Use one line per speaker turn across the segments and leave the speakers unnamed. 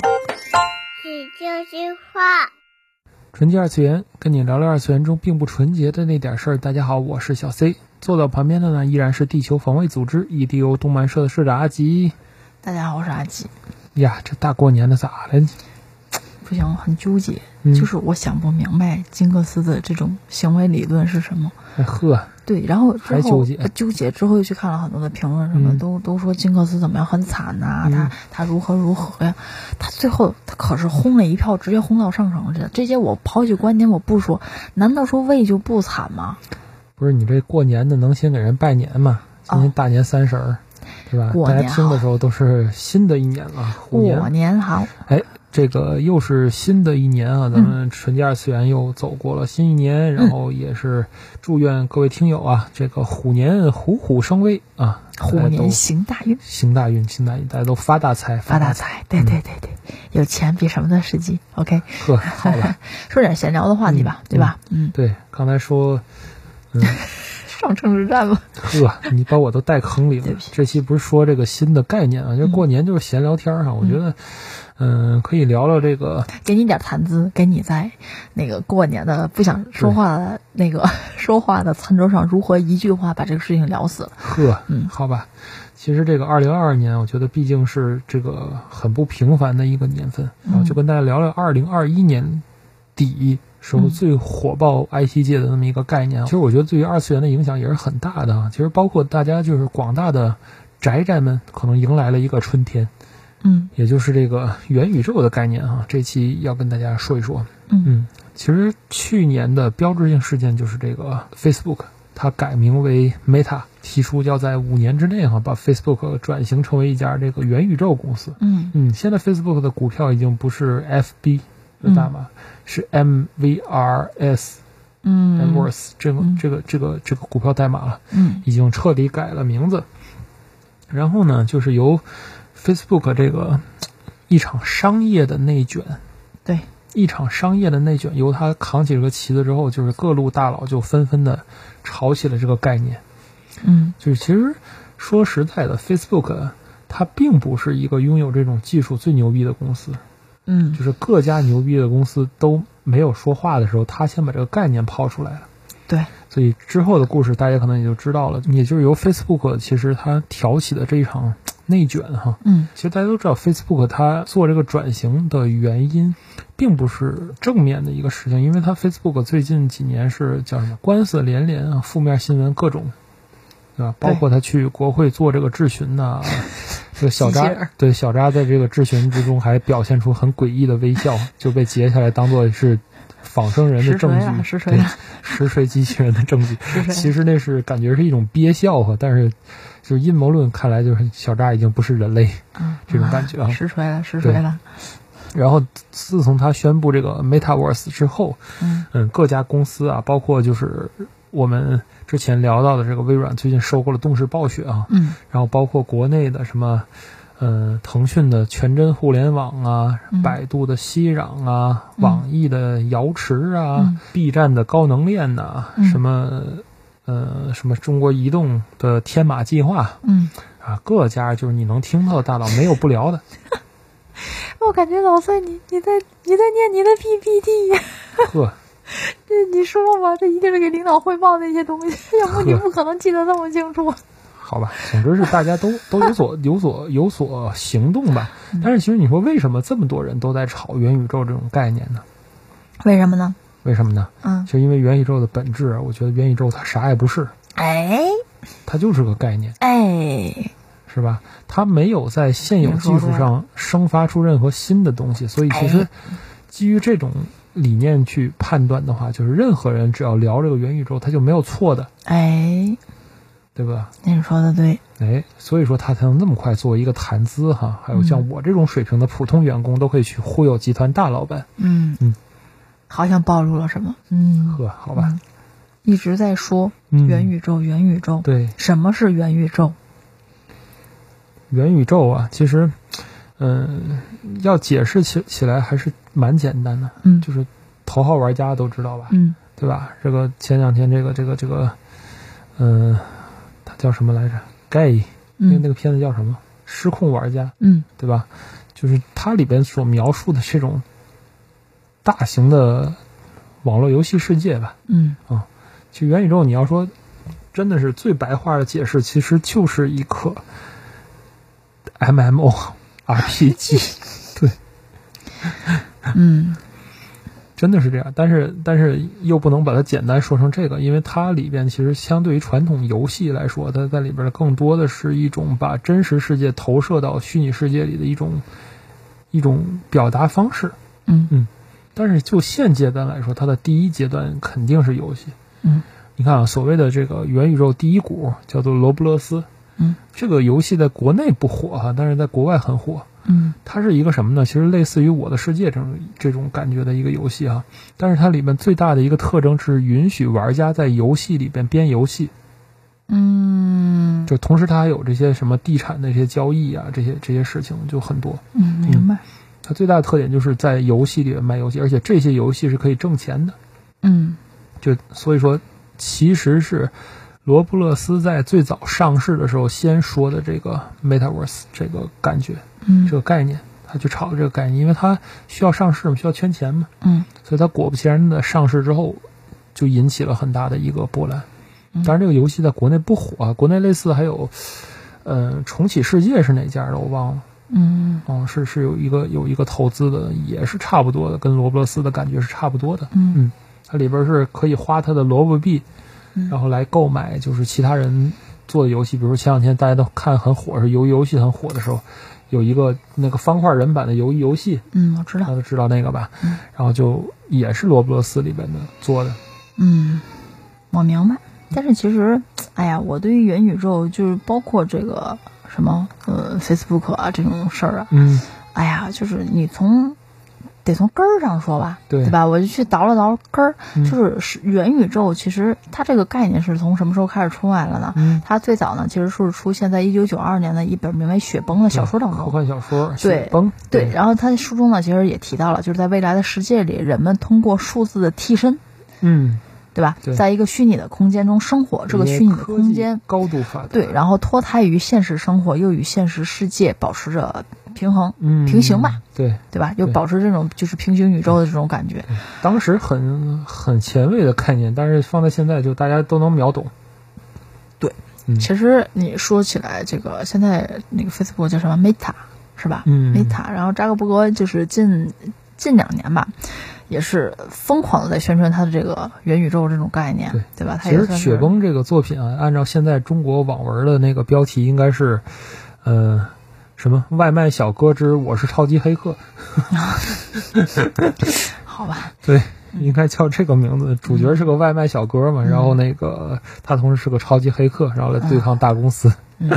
喜庆之花，
纯洁二次元，跟你聊聊二次元中并不纯洁的那点事儿。大家好，我是小 C，坐到旁边的呢依然是地球防卫组织 EDO 动漫社的社长阿吉。
大家好，我是阿吉。
呀，这大过年的咋了？
不行，很纠结，
嗯
就是我想不明白金克斯的这种行为理论是什么。
哎呵，
对，然后之
还
后
纠结
呃纠结之后又去看了很多的评论，什么、
嗯
都都说金克斯怎么样很惨呐、
嗯
他他如何如何呀，他最后他可是轰了一票，直接轰到上场去了。这些我抛弃观点我不说，难道说魏就不惨吗？
不是你这过年的能先给人拜年吗？今年
哦
大年三十儿，对吧？
过
大家
年
听的
好
时候都是新的一年了，虎
过
年。
年好，
哎，这个又是新的一年
嗯
啊，咱们纯洁二次元又走过了新一年，然后也是祝愿各位听友啊，这个虎年虎虎生威啊，
嗯虎
大家都
年行大运，
行大运，行大运，大家都发大财，
发大
大。
财。对对对对，有钱比什么都实际。OK，
呵，好 了，
说点闲聊的话题吧，对吧？嗯，
对，刚才说，嗯，
上政治战吧。
呵，你把我都带坑里了
对不起。嗯
这期不是说这个新的概念啊，就是过年就是闲聊天儿啊，我觉得，嗯，可以聊聊这个
给你点谈资，给你在那个过年的不想说话的那个 说话的餐桌上，如何一句话把这个事情聊死了。
呵，
嗯
好吧。其实这个二零二二年，我觉得毕竟是这个很不平凡的一个年份，然后就跟大家聊聊二零二一年底时候
嗯
最火爆 IT 界的那么一个概念。啊其实我觉得对于二次元的影响也是很大的啊。其实包括大家就是广大的宅宅们，可能迎来了一个春天，
嗯
也就是这个元宇宙的概念啊。这期要跟大家说一说。
嗯
嗯，其实去年的标志性事件就是这个 Facebook，它改名为 Meta，提出要在五年之内哈、把 Facebook 转型成为一家这个元宇宙公司。
嗯
嗯，现在 Facebook 的股票已经不是 FB 的代码，是 MVRS、
嗯
MVRS 这个
嗯
这个这个这个股票代码了。
嗯
已经彻底改了名字。然后呢，就是由 Facebook 这个一场商业的内卷，
对，
一场商业的内卷，由他扛起这个旗子之后，就是各路大佬就纷纷的炒起了这个概念。
嗯
就是其实说实在的，Facebook 它并不是一个拥有这种技术最牛逼的公司，
嗯
就是各家牛逼的公司都没有说话的时候，他先把这个概念抛出来了。
对，
所以之后的故事大家可能也就知道了，也就是由 Facebook 其实它挑起的这一场嘖内卷哈。
嗯
其实大家都知道，Facebook 它做这个转型的原因，并不是正面的一个事情，因为它 Facebook 最近几年是叫什么官司连连啊，负面新闻各种，对吧？包
对
括他去国会做这个质询 呐、这个小
机器
扎
人儿
对小扎在这个质询之中还表现出很诡异的微笑，就被截下来当做是仿生人的
实锤啊
证
了
据，
实锤了
对实锤机器人的证据。
实锤
其实那是感觉是一种憋笑话，但是就是阴谋论看来，就是小扎已经不是人类
啊
这种感觉啊。
实锤了实锤了。
然后自从他宣布这个 MetaVerse 之后，
嗯
嗯，各家公司啊，包括就是我们之前聊到的这个微软最近收购了动视暴雪啊，
嗯
然后包括国内的什么，呃，腾讯的全真互联网啊，
嗯
百度的熙壤啊，
嗯
网易的瑶池啊、
嗯
b 站的高能链呐、
嗯
什么呃什么中国移动的天马计划
嗯，
啊，各家就是你能听到的大佬没有不聊的，
我感觉老孙你你在你在念你的 PPT 呀，
呵，
这 你说吧，这一定是给领导汇报那些东西，要不你不可能记得那么清楚。
好吧，总之是大家都都有所有所有所行动吧。但是其实你说为什么这么多人都在炒元宇宙这种概念呢？
为什么呢？
为什么呢？
嗯，
就因为元宇宙的本质啊，我觉得元宇宙它啥也不是，
哎
它就是个概念，
哎，
是吧？它没有在现有技术上生发出任何新的东西，所以其实
哎
基于这种理念去判断的话，就是任何人只要聊这个元宇宙，他就没有错的，
哎，
对吧？
你说的对，
哎，所以说他才能那么快做一个谈资哈，还有
嗯
像我这种水平的普通员工都可以去忽悠集团大老板，
嗯
嗯，
好像暴露了什么，嗯，
呵，好吧？
一直在说
嗯，
元宇宙，元宇宙，
对，
什么是元宇宙？
元宇宙啊，其实，嗯、要解释起起来还是蛮简单的，
嗯
就是头号玩家都知道吧，
嗯
对吧？这个前两天这个这个呃这个，嗯、他叫什么来着？Gay，、那个那
嗯，
个片子叫什么？失控玩家，
嗯
对吧？就是它里边所描述的这种大型的网络游戏世界吧。啊
嗯
其实元宇宙，你要说真的是最白话的解释，其实就是一个 MMO RPG，
嗯
真的是这样。但是但是又不能把它简单说成这个，因为它里边其实相对于传统游戏来说，它在里边更多的是一种把真实世界投射到虚拟世界里的一种一种表达方式。
嗯
但是就现阶段来说，它的第一阶段肯定是游戏。
嗯
你看啊，所谓的这个元宇宙第一股叫做罗布勒斯，
嗯，
这个游戏在国内不火哈、但是在国外很火。
嗯
它是一个什么呢？其实类似于《我的世界》这种这种感觉的一个游戏啊，但是它里面最大的一个特征是允许玩家在游戏里边编游戏，
嗯
就同时它还有这些什么地产的这些交易啊，这些这些事情就很多。
嗯，明白。
它最大的特点就是在游戏里面卖游戏，而且这些游戏是可以挣钱的。
嗯
就所以说，其实是罗布勒斯在最早上市的时候先说的这个 MetaVerse 这个感觉、
嗯
这个概念，他就炒这个概念，因为他需要上市嘛，需要圈钱嘛，
嗯
所以他果不其然的上市之后，就引起了很大的一个波澜。
嗯
当然，这个游戏在国内不火、啊，国内类似还有，呃，重启世界是哪家的我忘了，
嗯
嗯，是是有一个有一个投资的，也是差不多的，跟罗布勒斯的感觉是差不多的。
嗯
它里边是可以花它的萝卜币，
嗯
然后来购买就是其他人做的游戏，比如说前两天大家都看很火，是游游戏很火的时候，有一个那个方块人版的游游戏，
嗯，我知
大家
道。
都知道那个吧
嗯？
然后就也是罗布勒斯里边的做的，
嗯，我明白。但是其实，哎呀，我对于元宇宙就是包括这个什么呃 Facebook 啊这种事儿啊，
嗯，
哎呀，就是你从得从根儿上说吧，
对
吧？我就去倒了倒根儿，
嗯
就是是元宇宙，其实它这个概念是从什么时候开始出来了呢？
嗯，
它最早呢，其实是出现在一九九二年的一本名为《雪崩》的小说当
科
中。
幻小说，
对
雪崩，
对，然后它书中呢，其实也提到了，就是在未来的世界里，人们通过数字的替身，
嗯，
对吧？
对
在一个虚拟的空间中生活，这个虚拟的空间
高度发达，
对，然后脱胎于现实生活，又与现实世界保持着平衡，
嗯，
平行吧，
对，
对吧？又
对
保持这种就是平行宇宙的这种感觉。
当时很很前卫的概念，但是放在现在就大家都能秒懂，
其实你说起来，这个现在那个 Facebook 叫什么 Meta 是吧？
嗯
Meta，然后扎克伯格就是近近两年吧，也是疯狂的在宣传他的这个元宇宙这种概念，
对
对吧？他
其
也
实《
算是
雪崩》这个作品啊，按照现在中国网文的那个标题，应该是，呃，什么“外卖小哥之我是超级黑客
好吧，”，
对，应该叫这个名字。主角是个外卖小哥嘛，然后那个他同时是个超级黑客，然后来对抗大公司。
嗯。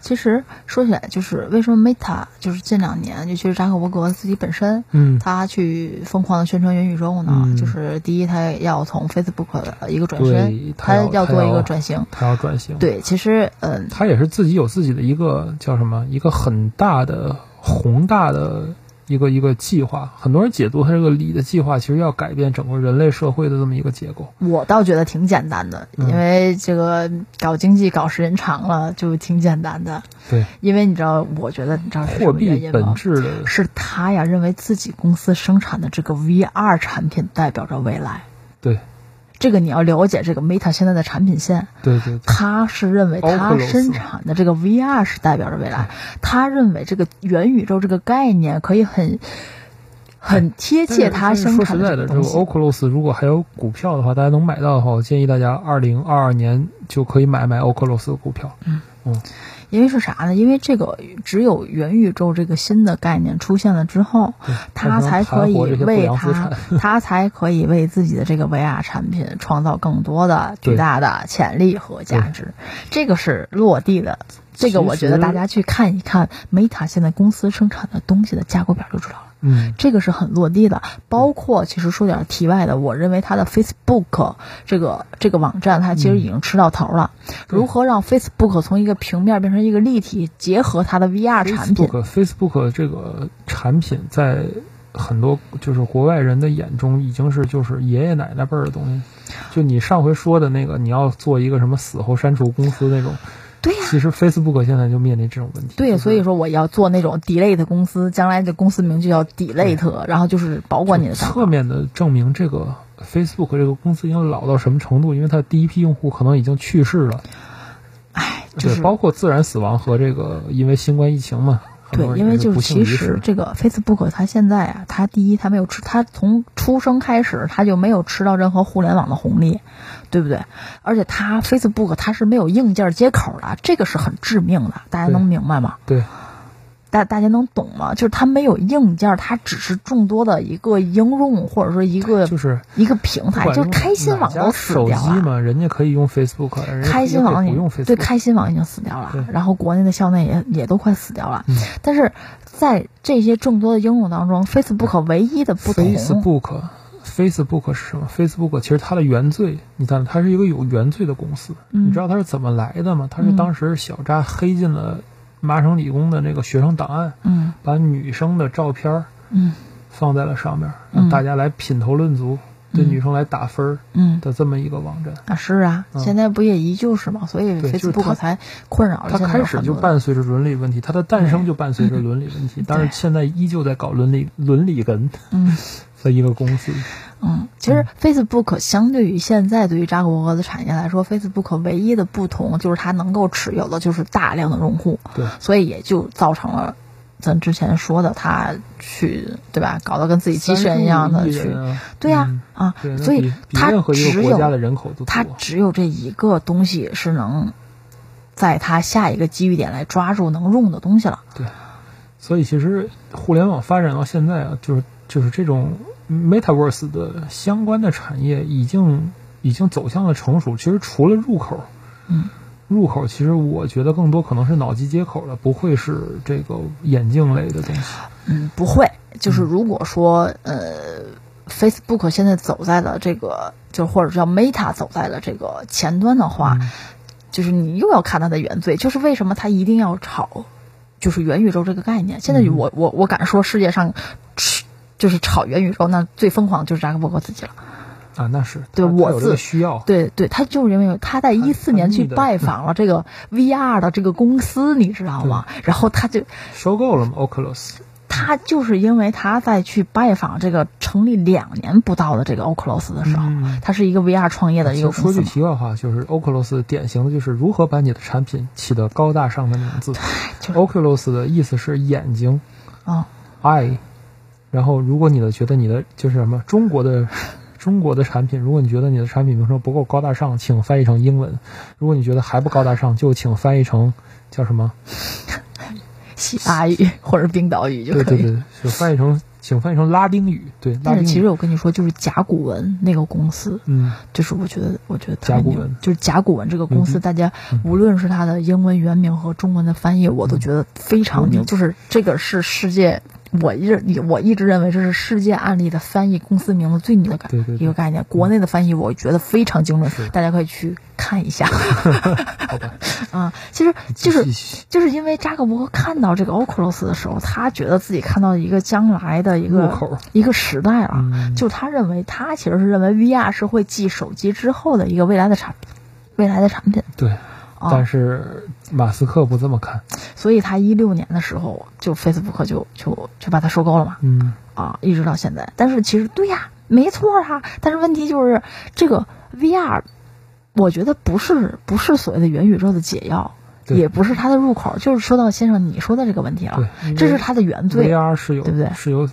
其实说起来，就是为什么 Meta 就是近两年，尤其是扎克伯格自己本身，
嗯，
他去疯狂的宣传元宇宙呢，
嗯
就是第一，他要从 Facebook 的一个转
对
身，，
他要
要
他
做一个转型。
他要转型。，
对，其实，嗯，
他也是自己有自己的一个叫什么，一个很大的宏大的。一个一个计划，很多人解读他这个理的计划，其实要改变整个人类社会的这么一个结构。
我倒觉得挺简单的，
嗯
因为这个搞经济搞时间长了就挺简单的。
对，
因为你知道，我觉得你知道是什
货
么原
币
因
本
吗？
质的
是他呀，认为自己公司生产的这个 VR 产品代表着未来。
对
这个你要了解这个 Meta 现在的产品线，
对对对，
他是认为他生产的这个 VR 是代表着未来，他认为这个元宇宙这个概念可以很很贴切他
哎但是
生
说
产
实在
这
的，
个
这个
东西。
Oculus 如果还有股票的话，大家能买到的话，我建议大家二零二二年就可以买卖 Oculus 的股票。
因为是啥呢？因为这个只有元宇宙这个新的概念出现了之后，他才可以为 他，他才可以为自己的这个 VR 产品创造更多的
对
巨大的潜力和价值。这个是落地的，这个我觉得大家去看一看 Meta 现在公司生产的东西的架构表就知道了。
嗯，
这个是很落地的。包括其实说点题外的，我认为它的 Facebook 这个这个网站，它其实已经吃到头了。
对
如何让 Facebook 从一个平面变成一个立体，结合它的 VR 产品？
Facebook Facebook 这个产品在很多就是国外人的眼中已经是就是爷爷奶奶辈儿的东西。就你上回说的那个，你要做一个什么死后删除公司那种，
对呀、
其实 Facebook 现在就面临这种问题。
对，
就是
所以说我要做那种 delete 公司，将来这公司名就叫 delete，然后就是保管你的账号。
侧面的证明这个 Facebook 这个公司已经老到什么程度，因为它第一批用户可能已经去世了，
哎，就是
对，包括自然死亡和这个因为新冠疫情嘛。很多
对，
人
因为
也是
就是
不幸
其
离
实
世
这个 Facebook 它现在啊，它第一它没有吃，它从出生开始它就没有吃到任何互联网的红利，对不对？而且它 Facebook 它是没有硬件接口的，这个是很致命的，大家
对
能明白吗？
对
大大家能懂吗？就是它没有硬件，它只是众多的一个应用或者说一个
就是
一个平
不
台，
管
哎就是
用
开心
哪
网
家
都死
手
掉啊
机
了。
嘛，人家可以用 Facebook，人家
开
哎也
心
可以
网已
不用
经
Facebook，
对开心网已经死掉
对
了，然后国内的校内也也都快死掉了。
嗯
但是在这些众多的应用当中，Facebook 唯一的不同
Facebook。Facebook 是什么？Facebook 其实它的原罪，你看它是一个有原罪的公司。
嗯
你知道它是怎么来的吗？它是当时小扎黑进了麻省理工的那个学生档案，
嗯
把女生的照片儿
嗯
放在了上面，
嗯
让大家来品头论足，对
嗯
女生来打分儿
嗯
的这么一个网站。
啊是啊，
嗯
现在不也依旧是吗？所以
对就是
Facebook
它
才困扰
它
了现在
开
有
始
很
就
多
伴随着伦理问题，它的诞生就伴随着伦理问题，但是现在依旧在搞伦理伦理哏
嗯。
的一个公司。
嗯，其实 Facebook 相对于现在对于扎克伯格的产业来说，Facebook 唯一的不同就是它能够持有的就是大量的用户，
对，
所以也就造成了咱之前说的他去对吧，搞得跟自己机器人一样的
35亿
去
人，啊
对呀
嗯
啊
对，那
所以
比比
它
任何一
只
个国
有
家的人口都多
它。只有这一个东西是能在它下一个机遇点来抓住能用的东西了。
所以其实互联网发展到现在啊，就是就是这种 MetaVerse 的相关的产业已经已经走向了成熟。其实除了入口，
嗯，
入口其实我觉得更多可能是脑机接口了，不会是这个眼镜类的东西。
嗯，不会，就是如果说呃，Facebook 现在走在了这个，就或者叫 Meta 走在了这个前端的话，
嗯
就是你又要看它的原罪，就是为什么它一定要炒，就是元宇宙这个概念。现在
嗯
我、我我敢说，世界上就是炒元宇宙那最疯狂就是扎克伯格自己了。
啊，那是
对
它它
我
有这个
自
需要，
对对，他就是因为他在一四年去
腻的
拜访了这个 VR 的这个公司，你知道 吗？然后他就
收购了嘛，Oculus。
他就是因为他在去拜访这个成立两年不到的这个 Oculus 的时候，
嗯
他是一个啊 VR 创业的
啊
一
其
个
实说
公司
句
嘛。
题外话，就是 Oculus 典型的就是如何把你的产品起得高大上的名字。
就是
Oculus 的意思是眼睛
嗯，
，eye。然后，如果你的觉得你的就是什么中国 的中国的产品，如果你觉得你的产品名称不够高大上，请翻译成英文；如果你觉得还不高大上，就请翻译成叫什么？
西班牙语或者冰岛语就
对
可
对
以。
对，就翻译成请翻译成拉丁语。对，拉
但
丁
是
语。
其实我跟你说，就是甲骨文那个公司，
嗯，
就是我觉得，我觉得特别
甲骨
牛
文
就是甲骨文这个公司，
嗯
大家
嗯
无论是它的英文原名和中文的翻译，我都觉得非常牛。
嗯
就是这个是世界，我一直我一直认为这是世界案例的翻译公司名字最牛的概
对对
一
对
个概念。国内的翻译我觉得非常精准，
是
大家可以去看一下。
好 吧，
啊、其实就
继
是
续
就是因为扎克伯格看到这个 Oculus 的时候，他觉得自己看到一个将来的一
入
个
口。
一个时代了。
嗯，
就他认为，他其实是认为 VR 是会继手机之后的一个未来的产品，未来的产品
对。
啊
但。是马斯克不这么看。
所以他一六年的时候，就 Facebook 就就就把它收购了嘛，
嗯，
啊，一直到现在。但是其实对呀，没错啊。但是问题就是这个 VR，我觉得不是不是所谓的元宇宙的解药，
对
也不是它的入口。就是说到先生你说的这个问题了，
对，
啊这是它的原罪。
VR 是有
对不对
是有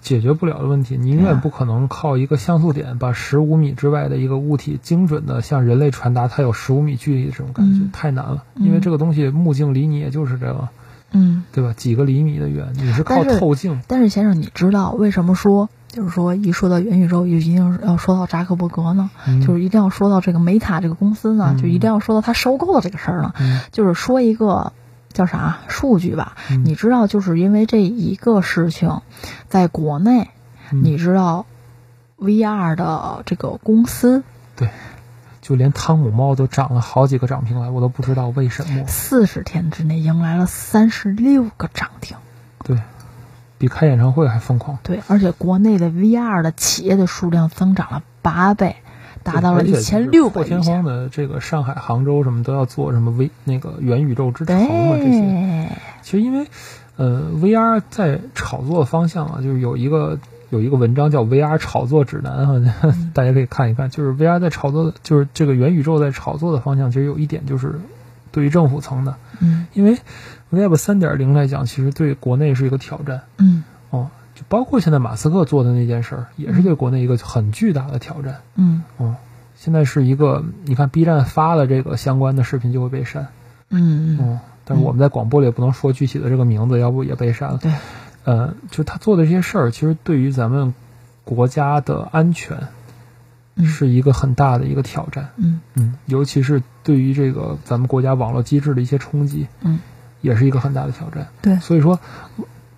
解决不了的问题，你永
对啊
远不可能靠一个像素点把十五米之外的一个物体精准的向人类传达它有十五米距离的这种感觉，
嗯
太难了。
嗯
因为这个东西目镜离你也就是这个，
嗯。
对吧？几个厘米的远，你是靠
但是
透镜。
但是先生，你知道为什么说就是说一说到元宇宙，就一定要说到扎克伯格呢？
嗯
就是一定要说到这个 Meta 这个公司呢，
嗯
就一定要说到他收购的这个事儿呢？
嗯
就是说一个叫啥数据吧？
嗯
你知道，就是因为这一个事情，在国内，
嗯
你知道 VR 的这个公司
就连汤姆猫都长了好几个涨停来，我都不知道为什么。
四十天之内迎来了三十六个涨停。
对，比开演唱会还疯狂。
对，而且国内的 VR 的企业的数量增长了八倍，达到了一千六
破
百
天荒的这个上海、杭州什么都要做什么微那个元宇宙之城嘛，这些。其实因为呃，VR 在炒作方向啊，就是有一个有一个文章叫《VR 炒作指南》哈， 大家可以看一看。就是 VR 在炒作，就是这个元宇宙在炒作的方向，其实有一点就是对于政府层的，
嗯，
因为 Web 三点零来讲，其实对国内是一个挑战，
嗯，
哦。就包括现在马斯克做的那件事儿，也是对国内一个很巨大的挑战。
嗯，
哦，现在是一个，你看 B 站发了这个相关的视频就会被删。
嗯
嗯。但是我们在广播里也不能说具体的这个名字，要不也被删了。
对。
呃，就他做的这些事儿，其实对于咱们国家的安全是一个很大的一个挑战。
嗯
嗯，尤其是对于这个咱们国家网络机制的一些冲击，
嗯，
也是一个很大的挑战。
对。
所以说。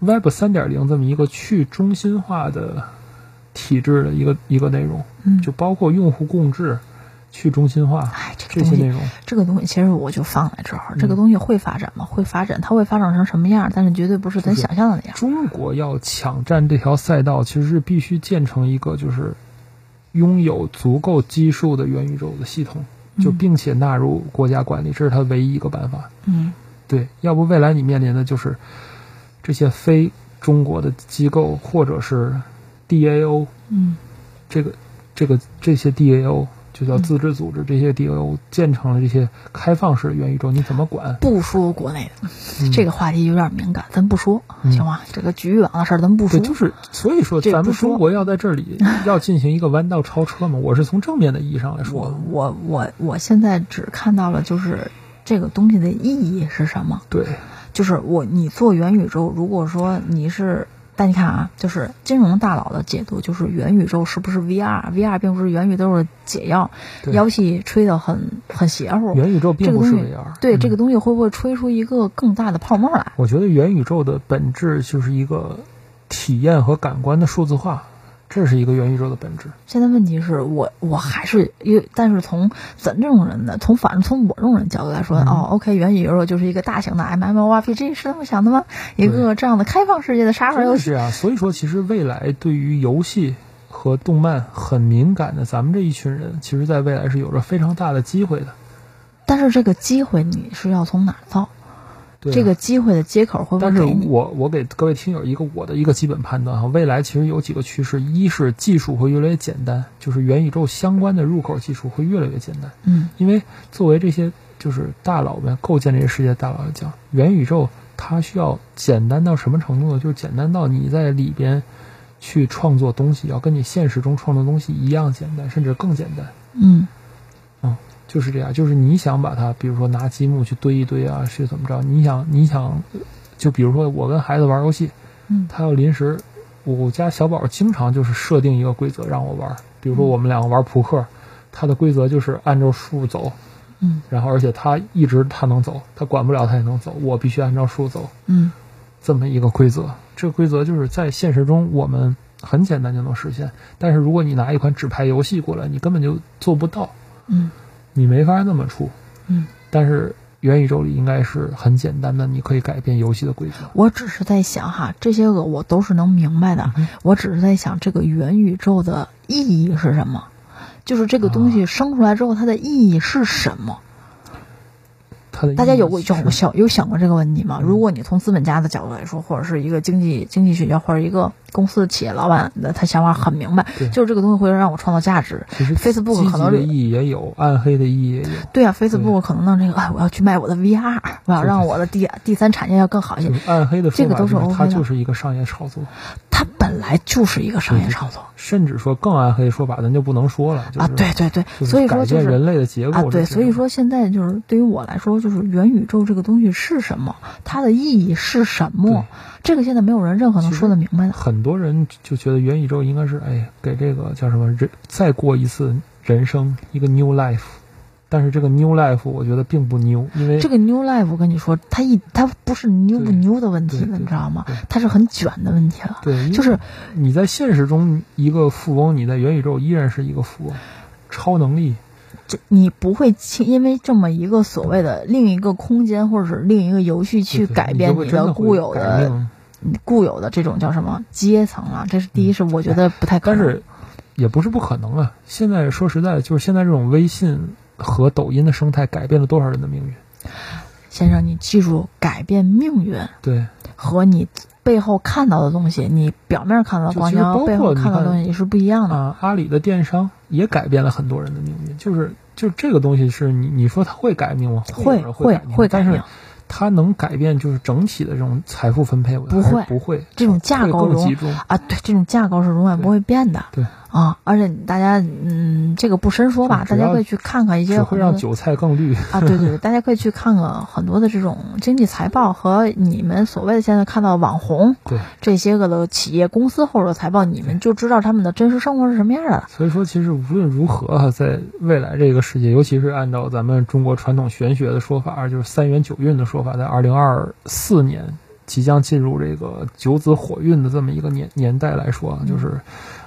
Web 三点零这么一个去中心化的体制的一个一个内容，
嗯
就包括用户共治、去中心化
哎，这
这
个
些
东
内
西，
容。
这个东西其实我就放在这儿，
嗯
这个东西会发展吗？会发展，它会发展成什么样？但是绝对不是咱
就是
想象的那样。
中国要抢占这条赛道，其实是必须建成一个就是拥有足够基数的元宇宙的系统，就并且纳入国家管理，这是它唯一一个办法。
嗯
对，要不未来你面临的就是这些非中国的机构或者是 DAO
嗯
这个这个这些 DAO 就
嗯
叫自治组织，这些 DAO 建成了这些开放式的元宇宙，你怎么管？
不说国内的、
嗯
这个话题有点敏感，咱不说，
嗯
行吗？这个局域网的事儿咱不说
对，。就是所以说，
这
咱
不
们
说
中国要在这里 要进行一个弯道超车嘛？我是从正面的意义上来
我
说，
我我我现在只看到了就是这个东西的意义是什么。
对，
就是我你做元宇宙，如果说你是，但你看啊，就是金融大佬的解读，就是元宇宙是不是 VR？VR 并不是元宇宙的解药，
对
妖气吹得很很邪乎。
元宇宙并不是
这个东西
VR，
对这
嗯
个东西会不会吹出一个更大的泡沫来？
我觉得元宇宙的本质就是一个体验和感官的数字化，这是一个元宇宙的本质。
现在问题是我我还是因为，但是从咱这种人的，从反正从我这种人角度来说，
嗯
哦，OK，元宇宙就是一个大型的 MMORPG，是那么想的吗？一个这样的开放世界的沙盒
真
游
的
戏，
是啊，所以说其实未来对于游戏和动漫很敏感的咱们这一群人，其实在未来是有着非常大的机会的。
但是这个机会你是要从哪儿造？
对啊
这个机会的接口会不会
但是
给你？
我我给各位听友一个我的一个基本判断哈，未来其实有几个趋势，一是技术会越来越简单，就是元宇宙相关的入口技术会越来越简单，
嗯
因为作为这些就是大佬们构建这个世界的大佬来讲，元宇宙它需要简单到什么程度呢？就是简单到你在里边去创作东西，要跟你现实中创作东西一样简单，甚至更简单。
嗯
就是这样，就是你想把它，比如说拿积木去堆一堆啊，是怎么着？你想，你想，就比如说我跟孩子玩游戏，
嗯
他要临时，我家小宝经常就是设定一个规则让我玩儿，比如
嗯
说我们两个玩扑克，他的规则就是按照数走，
嗯
然后而且他一直他能走，他管不了他也能走，我必须按照数走，
嗯
这么一个规则。这个规则就是在现实中我们很简单就能实现，但是如果你拿一款纸牌游戏过来，你根本就做不到，
嗯
你没法那么出。
嗯，
但是元宇宙里应该是很简单的，你可以改变游戏的规则。
我只是在想哈，这些个我都是能明白的
嗯哼，
我只是在想这个元宇宙的意义是什么，就是这个
啊
东西生出来之后它的意义是什么？
它的
大家有过
意义是
有过想有想过这个问题
嗯
吗？如果你从资本家的角度来说，或者是一个经济经济学家或者一个公司的企业老板的，他想法很明白
对，
就是这个东西会让我创造价值。
其实
Facebook
积极
可能
的意义也有，暗黑的意义也有。
对啊，Facebook 可能让这个，哎，我要去卖我的 VR，我要让我的第第三产业要更好一些
就。是暗黑的说
哎这个
法
都
就是
OK
它
的
就是一个商业炒作，
它本来就是一个商业炒作
甚至说更暗黑的说法咱就不能说了，就是、
啊，对对对，
就是
所以说
改
就
变人
是
类的结构
啊，对，
这些
所以说现在就是对于我来说，就是元宇宙这个东西是什么，它的意义是什么，这个现在没有人任何能
其实
说得明白的。
很多人就觉得元宇宙应该是哎给这个叫什么人再过一次人生一个 new life，但是这个 new life 我觉得并不 new，因为
这个 new life，我跟你说，它一它不是 new 不
对
new 的问题
对
了，你知道吗
对？嗯
它是很卷的问题了。
对，因为
就是
你在现实中一个富翁，你在元宇宙依然是一个富翁，超能力，
这你不会轻因为这么一个所谓的另一个空间或者是另一个游戏
对
去
对
改
你
变
就会
你
真
的
会
固有
改
的
命
固有的这种叫什么阶层啊？这是第一是我觉得不太
嗯
可
哎但
能。
是也不是不可能啊。现在说实在的，就是现在这种微信和抖音的生态改变了多少人的命运？
先生，你记住，改变命运
对
和你背后看到的东西，你表面看到的光
就其实包括
鲜，背后看到的东西是不一样的。
啊，阿里的电商也改变了很多人的命运。就是就是这个东西是你你说它会改命吗？
会
有人
会
改命，
会改
但是
变，
它能改变就是整体的这种财富分配，我
不
还是
会
不会
这种架
会
构
更
中
集中。
啊，对，这种架构是永远不会变的。
对
啊，而且大家嗯，这个不深说吧，
就只
大
要
家可以去看看一些
只
很
会
多
让
的
韭菜更绿，
啊，对 对对，大家可以去看看很多的这种经济财报和你们所谓的现在看到的网红
对，
这些个的企业公司后的财报，你们就知道他们的真实生活是什么样的了。
所以说，其实无论如何啊，在未来这个世界，尤其是按照咱们中国传统玄学的说法，就是三元九运的说法，在二零二四年即将进入这个九子火运的这么一个年年代来说啊，
嗯
就是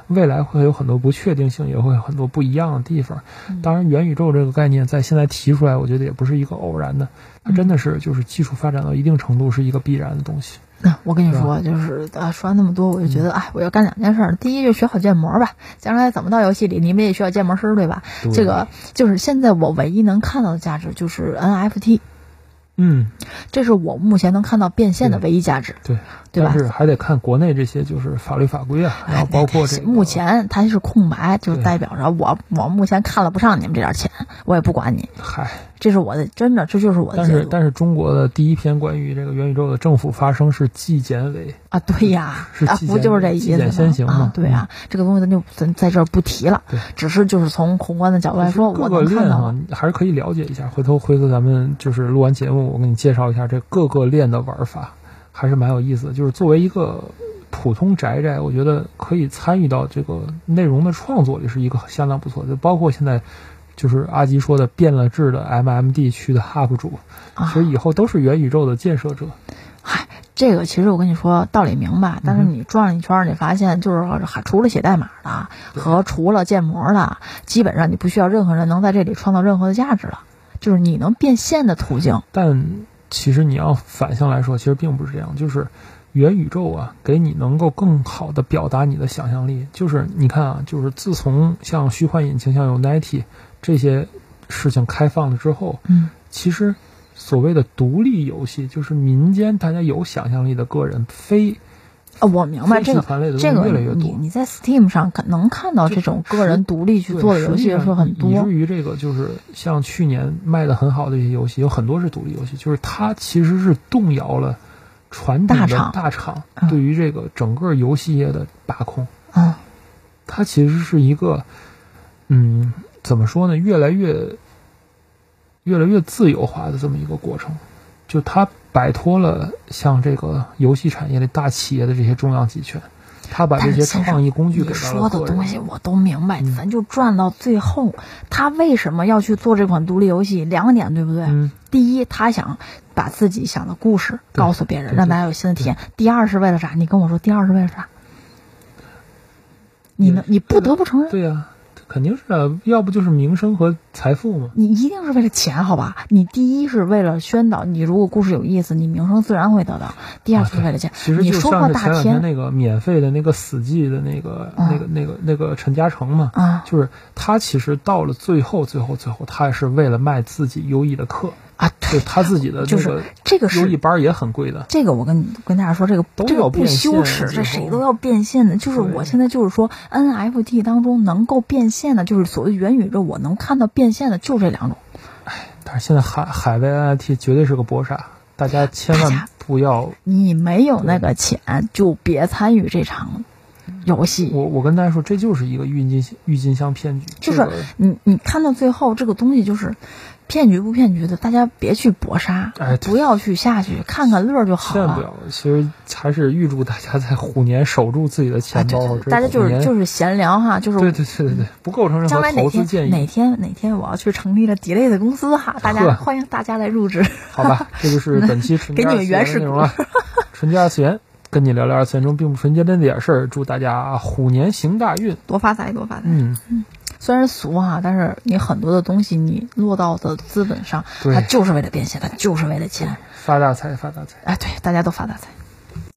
未来会有很多不确定性，也会有很多不一样的地方。
嗯
当然，元宇宙这个概念在现在提出来，我觉得也不是一个偶然的，
嗯
它真的是就是技术发展到一定程度是一个必然的东西。
那我跟你
是吧嗯
说，就是啊，说完那么多，我就觉得，哎，我要干两件事儿。第一，就学好建模吧，将来怎么到游戏里，你们也需要建模师，对吧？
对
这个就是现在我唯一能看到的价值就是 NFT，
嗯，
这是我目前能看到变现的唯一价值，
对，
对吧哎
但？是还得看国内这些就是法律法规啊，然后包括这个
目前它是空白，就
对
代表着我我目前看了不上你们这点钱，我也不管你，
嗨。
这是我的，真的，这就是我的
但
记
是
录
但是中国的第一篇关于这个元宇宙的政府发声是纪检委，
啊！对呀，
是
啊
纪，
不
检
就是这
纪
意思
检
吗？
先行嘛嗯
啊，对呀，这个东西咱就咱在这儿不提了
对，
只是就是从宏观的角度来说，
各
我
个
能看
链
到
啊
了。，
你还是可以了解一下。回头回头咱们就是录完节目，我给你介绍一下这各个链的玩法，还是蛮有意思的。就是作为一个普通宅宅，我觉得可以参与到这个内容的创作里是一个相当不错的，就包括现在。就是阿吉说的变了质的 MMD 区的 UP 主，
啊
其实以后都是元宇宙的建设者。
这个其实我跟你说道理明白，但是
嗯哼
你转了一圈儿，你发现就是还除了写代码的和除了建模的，基本上你不需要任何人能在这里创造任何的价值了，就是你能变现的途径。
但其实你要反向来说，其实并不是这样，就是元宇宙啊，给你能够更好的表达你的想象力。就是你看啊，就是自从像虚幻引擎、像 Unity 这些事情开放了之后，
嗯，
其实所谓的独立游戏，就是民间大家有想象力的个人，非
啊，我明白
非集
这个
团类的
这
东西
个
越来越
你
多。
你在 Steam 上可能看到
就
这种个人独立去
对
做的游
实
戏
际上
会很
以至
多。
于这个就是像去年卖的很好的一些游戏，有很多是独立游戏，就是它其实是动摇了传统
大
的
厂
大厂
嗯
对于这个整个游戏业的把控。
嗯，
它其实是一个，嗯，怎么说呢？越来越越来越自由化的这么一个过程，就它摆脱了像这个游戏产业的大企业的这些中央集权，它把这
但
些
是先生
创意工具
你
给到
说
了
的
个人
东西我都明白，
嗯
咱就转到最后，他为什么要去做这款独立游戏？两点，对不对？
嗯，
第一，他想把自己想的故事
对
告诉别人，
对
让大家有新的体验。第二是为了啥？你跟我说，第二是为了啥？你能，你不得不承 认，
对呀、肯定是啊，要不就是名声和财富嘛。
你一定是为了钱，好吧？你第一是为了宣导，你如果故事有意思，你名声自然会得到。第二是为了钱，
其实
你
就
说话
像是
大
前两
天
天那个免费的那个死寂的那个、
嗯
那个那个那个陈嘉诚嘛，
啊
就是他其实到了最后最后最后，他也是为了卖自己优异的课，
啊！
就
对
是，他自己的
就
那
是
个
这个
优异
是
班也很贵的。
这个，我跟跟大家说，这个
都
这
要
个不
变现
羞耻，
最
这
后
谁都要变现的。就是
对
我现在就是说，NFT 当中能够变现的，就是所谓元宇宙，我能看到变现的就这两种。
但是现在海海外 NFT 绝对是个搏杀，大家千
大
万
家
不要。
你没有那个钱，就别参与这场游戏。
我我跟大家说，这就是一个郁金郁金香骗局，
就是
这个
你你看到最后，这个东西就是骗局不骗局的，大家别去搏杀，
哎对
不要去下去，看看乐儿就好
千万不
了。
要！其实还是预祝大家在虎年守住自己的
啊，
钱
对
包。
对
这
对，大家就
虎
是
年
就是闲聊哈，就是
对对对对对，不构成任
将
何
来哪
投资建
天哪
议，
天哪天我要去成立了 delay 的公司哈，大
呵
家欢迎大家来入职。
好 吧？这就是本期纯洁
给你
二
们
次
原
元的
始
内
股
容 了。纯洁二次元，跟你聊聊二次元中并不纯洁的那点事儿。祝大家虎年行大运！
多发财，多发财。
嗯，
虽然俗哈、但是你很多的东西，你落到的资本上，
对
它就是为了变现，它就是为了钱。
发大财，发大财。
哎，对，大家都发大财。